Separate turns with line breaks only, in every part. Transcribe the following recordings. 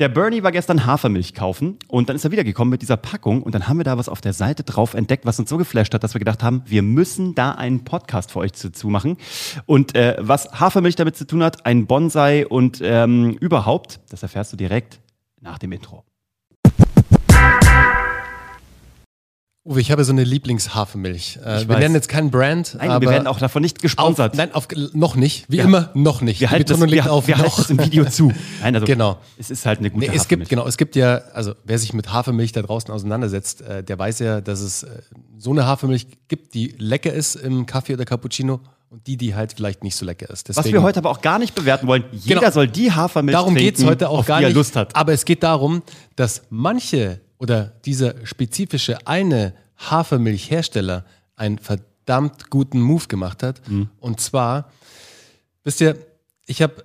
Der Bernie war gestern Hafermilch kaufen und dann ist er wiedergekommen mit dieser Packung und dann haben wir da was auf der Seite drauf entdeckt, was uns so geflasht hat, dass wir gedacht haben, wir müssen da einen Podcast für euch dazu machen. Und äh, was Hafermilch damit zu tun hat, ein Bonsai und ähm, überhaupt, das erfährst du direkt nach dem Intro.
Uwe, ich habe so eine Lieblingshafermilch. Äh,
Ich
wir
weiß.
nennen jetzt keinen Brand,
Nein,
aber
wir werden auch davon nicht
auf,
gesponsert.
nein, auf, noch nicht. Wie immer, noch nicht.
wir
Die
halten das,
Betonung liegt
wir,
auf
wir halten
noch.
das im Video zu. Nein, also
Genau.
es ist halt eine gute
Nee, es
Hafermilch.
gibt genau, es gibt ja, also wer sich mit Hafermilch da draußen auseinandersetzt, äh, der weiß ja, dass es äh, so eine Hafermilch gibt, die lecker ist im Kaffee oder Cappuccino und die, die halt vielleicht nicht so lecker ist.
Was
Deswegen-
wir heute aber auch gar nicht bewerten wollen, jeder
Genau.
soll die Hafermilch
darum
trinken,
geht's heute auch
auf
gar
die er
nicht.
Lust hat.
Aber es geht darum, dass manche oder dieser spezifische eine Hafermilchhersteller einen verdammt guten Move gemacht hat.
Mhm.
Und zwar, wisst ihr, ich habe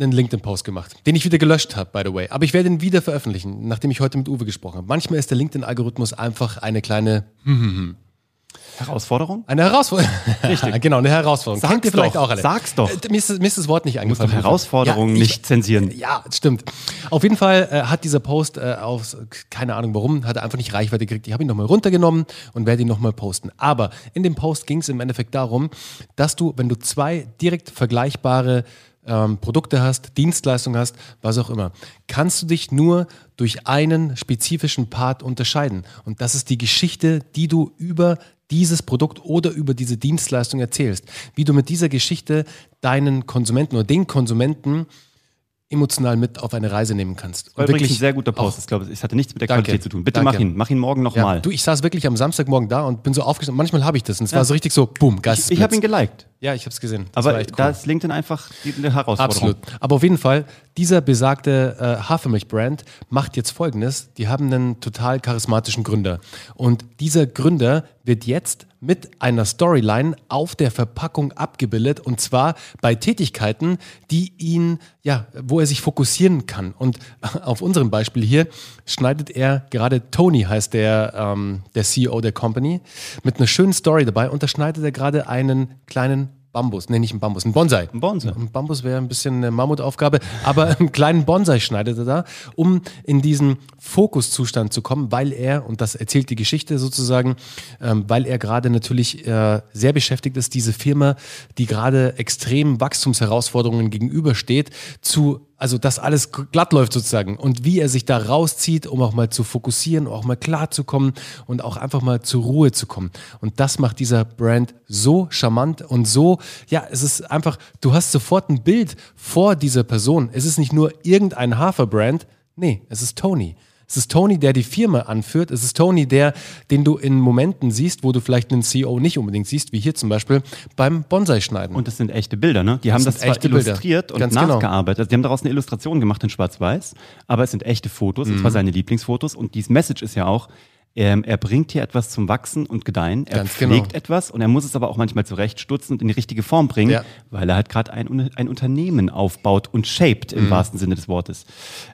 einen LinkedIn-Post gemacht, den ich wieder gelöscht habe, by the way. Aber ich werde ihn wieder veröffentlichen, nachdem ich heute mit Uwe gesprochen habe. Manchmal ist der LinkedIn-Algorithmus einfach eine kleine
Herausforderung?
eine Herausforderung. Richtig. genau, eine Herausforderung.
Sag's
Kennt ihr vielleicht
doch,
auch alle.
sag's doch.
Äh, Mir ist, das- mir ist das Wort nicht eingefallen.
Herausforderung
Ja, ich-
nicht zensieren.
Ja, stimmt. Auf jeden Fall äh, hat dieser Post äh, aus, keine Ahnung warum, hat er einfach nicht Reichweite gekriegt. Ich habe ihn nochmal runtergenommen und werde ihn nochmal posten. Aber in dem Post ging es im Endeffekt darum, dass du, wenn du zwei direkt vergleichbare ähm, Produkte hast, Dienstleistungen hast, was auch immer, kannst du dich nur durch einen spezifischen Part unterscheiden. Und das ist die Geschichte, die du über dieses Produkt oder über diese Dienstleistung erzählst. Wie du mit dieser Geschichte deinen Konsumenten oder den Konsumenten emotional mit auf eine Reise nehmen kannst.
Übrigens ein sehr guter Post. Ich glaube, es hatte nichts mit der
Oh. Danke.
Qualität zu tun. Bitte
Danke.
mach ihn. Mach ihn morgen
ja,
nochmal.
du, ich saß wirklich am Samstagmorgen da und bin so aufgestanden. Manchmal habe ich das und es war so richtig so, boom, Geist.
ich habe ihn geliked.
Ja, ich habe es gesehen. Das war
Aber
echt cool.
da ist LinkedIn einfach die- eine Herausforderung.
Absolut. Aber auf jeden Fall, dieser besagte äh, Hafermilch-Brand macht jetzt folgendes: Die haben einen total charismatischen Gründer. Und dieser Gründer wird jetzt mit einer Storyline auf der Verpackung abgebildet und zwar bei Tätigkeiten, die ihn, ja, wo er sich fokussieren kann. Und auf unserem Beispiel hier schneidet er gerade Tony, heißt der, ähm, der CEO der Company, mit einer schönen Story dabei und da schneidet er gerade einen kleinen Bambus, nee, nicht einen Bambus, einen Bonsai.
Ein Bonsai.
Ein Bambus wäre ein bisschen eine Mammutaufgabe, aber einen kleinen Bonsai schneidet er da, um in diesen Fokuszustand zu kommen, weil er, und das erzählt die Geschichte sozusagen, ähm, weil er gerade natürlich äh, sehr beschäftigt ist, diese Firma, die gerade extremen Wachstumsherausforderungen gegenübersteht, zu, also dass alles glatt läuft sozusagen und wie er sich da rauszieht, um auch mal zu fokussieren, auch mal klar zu kommen und auch einfach mal zur Ruhe zu kommen. Und das macht dieser Brand so charmant und so, ja, es ist einfach, du hast sofort ein Bild vor dieser Person. Es ist nicht nur irgendein Haferbrand, nee, es ist Tony. Es ist Tony, der die Firma anführt. Es ist Tony, der, den du in Momenten siehst, wo du vielleicht einen CEO nicht unbedingt siehst, wie hier zum Beispiel beim Bonsai-Schneiden.
Und das sind echte Bilder, ne? Die haben
sind
das zwar
echte Bilder.
illustriert und
Ganz genau.
nachgearbeitet. Also die haben daraus eine Illustration gemacht in Schwarz-Weiß, aber es sind echte Fotos, und zwar
Mhm.
seine Lieblingsfotos. Und dieses Message ist ja auch, ähm, er bringt hier etwas zum Wachsen und Gedeihen. Er
Ganz
pflegt
genau.
etwas und er muss es aber auch manchmal zurechtstutzen und in die richtige Form bringen,
Ja.
weil er halt gerade ein, ein Unternehmen aufbaut und shaped
Mhm.
im wahrsten Sinne des Wortes.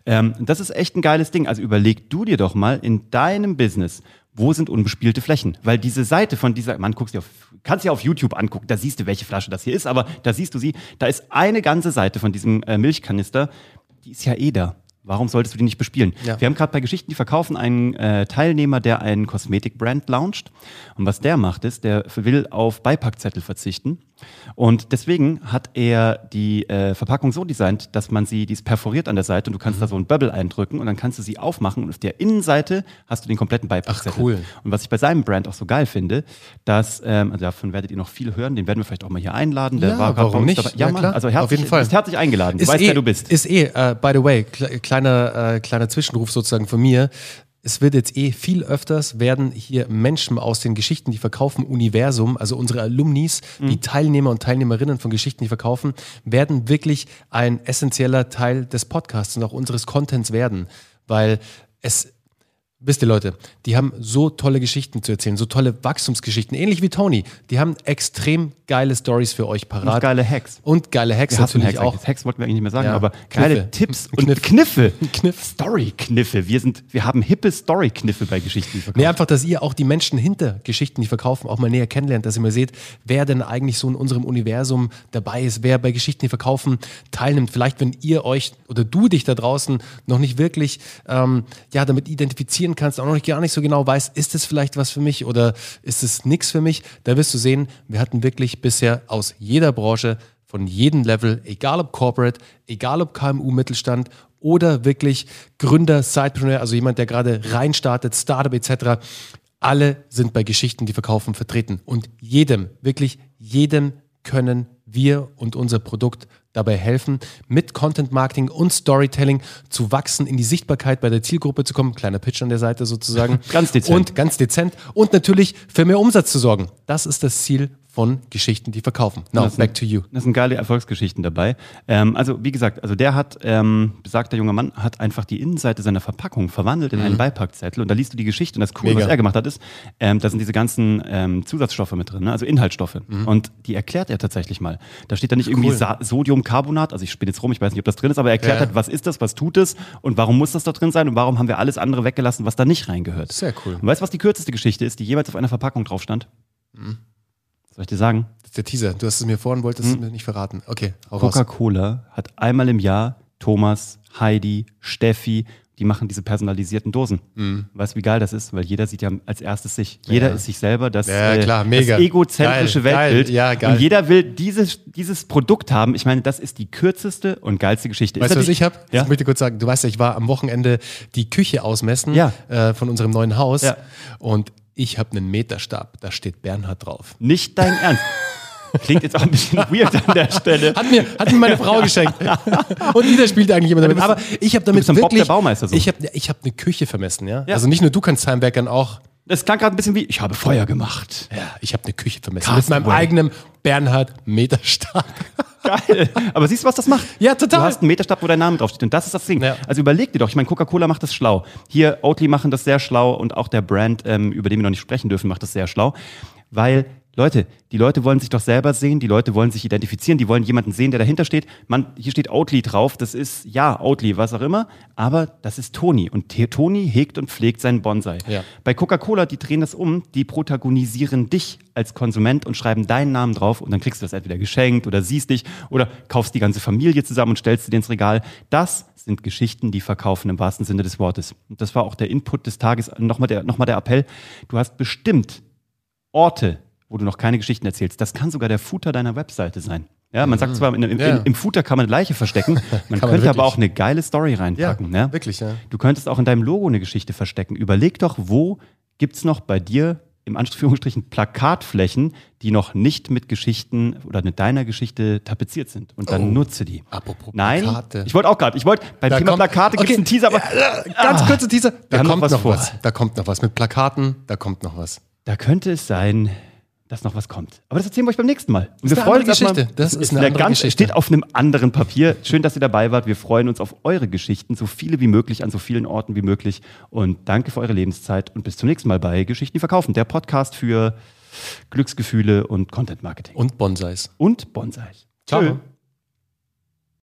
Ähm, und das ist echt ein geiles Ding. Also überleg du dir doch mal in deinem Business, wo sind unbespielte Flächen? Weil diese Seite von dieser, man guckst dir auf, kannst dir auf YouTube angucken, da siehst du, welche Flasche das hier ist, aber da siehst du sie, da ist eine ganze Seite von diesem äh, Milchkanister, die ist ja eh da. Warum solltest du die nicht bespielen?
Ja.
Wir haben gerade bei Geschichten, die verkaufen, einen äh, Teilnehmer, der einen Kosmetikbrand launcht. Und was der macht, ist, der will auf Beipackzettel verzichten. Und deswegen hat er die äh, Verpackung so designt, dass man sie, die ist perforiert an der Seite und du
Mhm.
kannst da so ein Bubble eindrücken und dann kannst du sie aufmachen und auf der Innenseite hast du den kompletten Beipackzettel.
Ach, cool.
Und was ich bei seinem Brand auch so geil finde, dass, ähm, also davon werdet ihr noch viel hören, den werden wir vielleicht auch mal hier einladen. Der
Ja,
grad bei
warum
uns
nicht?
dabei. Ja,
Na
Mann,
klar,
also herzlich,
auf jeden Fall.
bist herzlich eingeladen. Du weißt,
eh,
wer du bist.
Ist eh, äh, by the way, kle- kleiner, äh, kleiner Zwischenruf sozusagen von mir. Es wird jetzt eh viel öfters werden hier Menschen aus den Geschichten, die verkaufen, Universum, also unsere Alumnis,
Mhm.
die Teilnehmer und Teilnehmerinnen von Geschichten, die verkaufen, werden wirklich ein essentieller Teil des Podcasts und auch unseres Contents werden, weil es Wisst ihr Leute, die haben so tolle Geschichten zu erzählen, so tolle Wachstumsgeschichten, ähnlich wie Tony. Die haben extrem geile Stories für euch parat.
Und geile Hacks.
Und geile Hacks
Wir hassen
natürlich
Hacks
auch.
eigentlich. Hacks wollten wir eigentlich nicht mehr sagen,
Ja.
aber
Kniffe.
geile Tipps und
Kniff.
Kniffe.
Kniff.
Story-Kniffe. Wir, sind, wir haben hippe Story-Kniffe bei Geschichten. die verkaufen.
Nee, einfach, dass ihr auch die Menschen hinter Geschichten, die verkaufen, auch mal näher kennenlernt, dass ihr mal seht, wer denn eigentlich so in unserem Universum dabei ist, wer bei Geschichten, die verkaufen, teilnimmt. Vielleicht, wenn ihr euch oder du dich da draußen noch nicht wirklich ähm, ja, damit identifizieren kannst, auch noch nicht, gar nicht so genau weißt, ist es vielleicht was für mich oder ist es nichts für mich, da wirst du sehen, wir hatten wirklich bisher aus jeder Branche von jedem Level, egal ob Corporate, egal ob KMU, Mittelstand oder wirklich Gründer, Sidepreneur, also jemand, der gerade reinstartet, Startup etc. Alle sind bei Geschichten, die verkaufen, vertreten. Und jedem, wirklich jedem können wir und unser Produkt dabei helfen, mit Content Marketing und Storytelling zu wachsen, in die Sichtbarkeit bei der Zielgruppe zu kommen. Kleiner Pitch an der Seite sozusagen.
Ganz dezent.
Und ganz dezent. Und natürlich für mehr Umsatz zu sorgen. Das ist das Ziel von Geschichten, die verkaufen. Now,
Das sind-
back to you.
Das sind geile Erfolgsgeschichten dabei. Ähm, also, wie gesagt, also der hat, ähm, besagter junger Mann, hat einfach die Innenseite seiner Verpackung verwandelt in einen Beipackzettel. Und da liest du die Geschichte. Und das Coole,
Mhm. Mega.
was er gemacht hat, ist, ähm, da sind diese ganzen ähm, Zusatzstoffe mit drin, ne? also Inhaltsstoffe. Und die erklärt er tatsächlich mal. Da steht dann nicht irgendwie
Mhm. Cool.
Sa Sodiumcarbonat, also ich spinne jetzt rum, ich weiß nicht, ob das drin ist, aber er erklärt
Ja.
hat, was ist das, was tut es und warum muss das da drin sein und warum haben wir alles andere weggelassen, was da nicht reingehört.
Sehr cool.
Und weißt du, was die kürzeste Geschichte ist, die jeweils auf einer Verpackung drauf stand?
Mhm.
Soll ich dir sagen?
Das ist der Teaser. Du hast es mir vorhin, wolltest es mir nicht verraten. Okay, hau raus.
Hm? Coca-Cola hat einmal im Jahr Thomas, Heidi, Steffi, die machen diese personalisierten Dosen.
Mhm.
Weißt du, wie geil das ist? Weil jeder sieht ja als erstes sich. Jeder ist sich selber. Das,
Ja,
äh,
klar, mega.
das egozentrische
Geil, geil,
Weltbild.
ja, geil.
Und jeder will dieses, dieses Produkt haben. Ich meine, das ist die kürzeste und geilste Geschichte.
Weißt
Ist
du, was
natürlich-
ich habe?
Ja?
Ich möchte kurz sagen, du weißt ja, ich war am Wochenende die Küche ausmessen
Ja.
äh, von unserem neuen Haus
Ja.
und ich habe einen Meterstab, da steht Bernhard drauf.
Nicht dein Ernst. Klingt jetzt auch ein bisschen weird an der Stelle.
Hat mir, hat mir meine Frau geschenkt. Und wieder spielt eigentlich jemand damit.
Ja, du
Aber
bist-
ich habe damit
bist ein Bob
wirklich,
der Baumeister so.
ich habe ich hab eine Küche vermessen, ja?
Ja.
Also nicht nur du kannst Heimwerkern auch,
Das klang gerade ein bisschen wie, ich habe Feuer gemacht.
ja, ich habe eine Küche vermessen
Carsten
mit meinem
Way.
eigenen Bernhard Meterstab.
Geil. Aber siehst du, was das macht?
Ja, total.
Du hast einen Meterstab, wo dein Name draufsteht. Und das ist das Ding.
Ja.
Also überleg dir doch. Ich meine, Coca-Cola macht das schlau. Hier, Oatly machen das sehr schlau. Und auch der Brand, ähm, über den wir noch nicht sprechen dürfen, macht das sehr schlau. Weil, Leute, die Leute wollen sich doch selber sehen. Die Leute wollen sich identifizieren. Die wollen jemanden sehen, der dahinter steht. Man, hier steht Oatly drauf. Das ist, ja, Oatly, was auch immer. Aber das ist Toni. Und T- Toni hegt und pflegt seinen Bonsai.
Ja.
Bei Coca-Cola, die drehen das um, die protagonisieren dich als Konsument und schreiben deinen Namen drauf und dann kriegst du das entweder geschenkt oder siehst dich oder kaufst die ganze Familie zusammen und stellst sie dir ins Regal. Das sind Geschichten, die verkaufen im wahrsten Sinne des Wortes. Und das war auch der Input des Tages. Nochmal der, nochmal der Appell. Du hast bestimmt Orte, wo du noch keine Geschichten erzählst. Das kann sogar der Footer deiner Webseite sein. Ja, man sagt zwar, in, im,
Mhm. Ja.
im, im Footer kann man eine Leiche verstecken, man,
Kann man
könnte aber
wirklich.
auch eine geile Story reinpacken. ne?
wirklich, ja.
Du könntest auch in deinem Logo eine Geschichte verstecken. Überleg doch, wo gibt's noch bei dir im Anführungsstrichen Plakatflächen, die noch nicht mit Geschichten oder mit deiner Geschichte tapeziert sind. Und dann nutze die.
Oh, Apropos
Nein,
Plakate.
ich wollte auch gerade, ich wollte, beim
Da
Thema
kommt-
Plakate gibt's
okay. ah.
einen Teaser, aber
Ganz kurzer Teaser. Da
Ah. haben noch
kommt
was
noch
vor.
was. Da kommt noch was. Mit Plakaten, da kommt noch was.
da könnte es sein, dass noch was kommt. Aber das erzählen wir euch beim nächsten Mal. Und
ist eine andere
auf
Geschichte.
mal-
Das ist eine andere Geschichte.
Steht auf einem anderen Papier. Schön, dass ihr dabei wart. Wir freuen uns auf eure Geschichten, so viele wie möglich, an so vielen Orten wie möglich. Und danke für eure Lebenszeit und bis zum nächsten Mal bei Geschichten, die verkaufen. Der Podcast für Glücksgefühle und Content Marketing.
Und Bonsais.
Und Bonsai.
Ciao.
Tschö.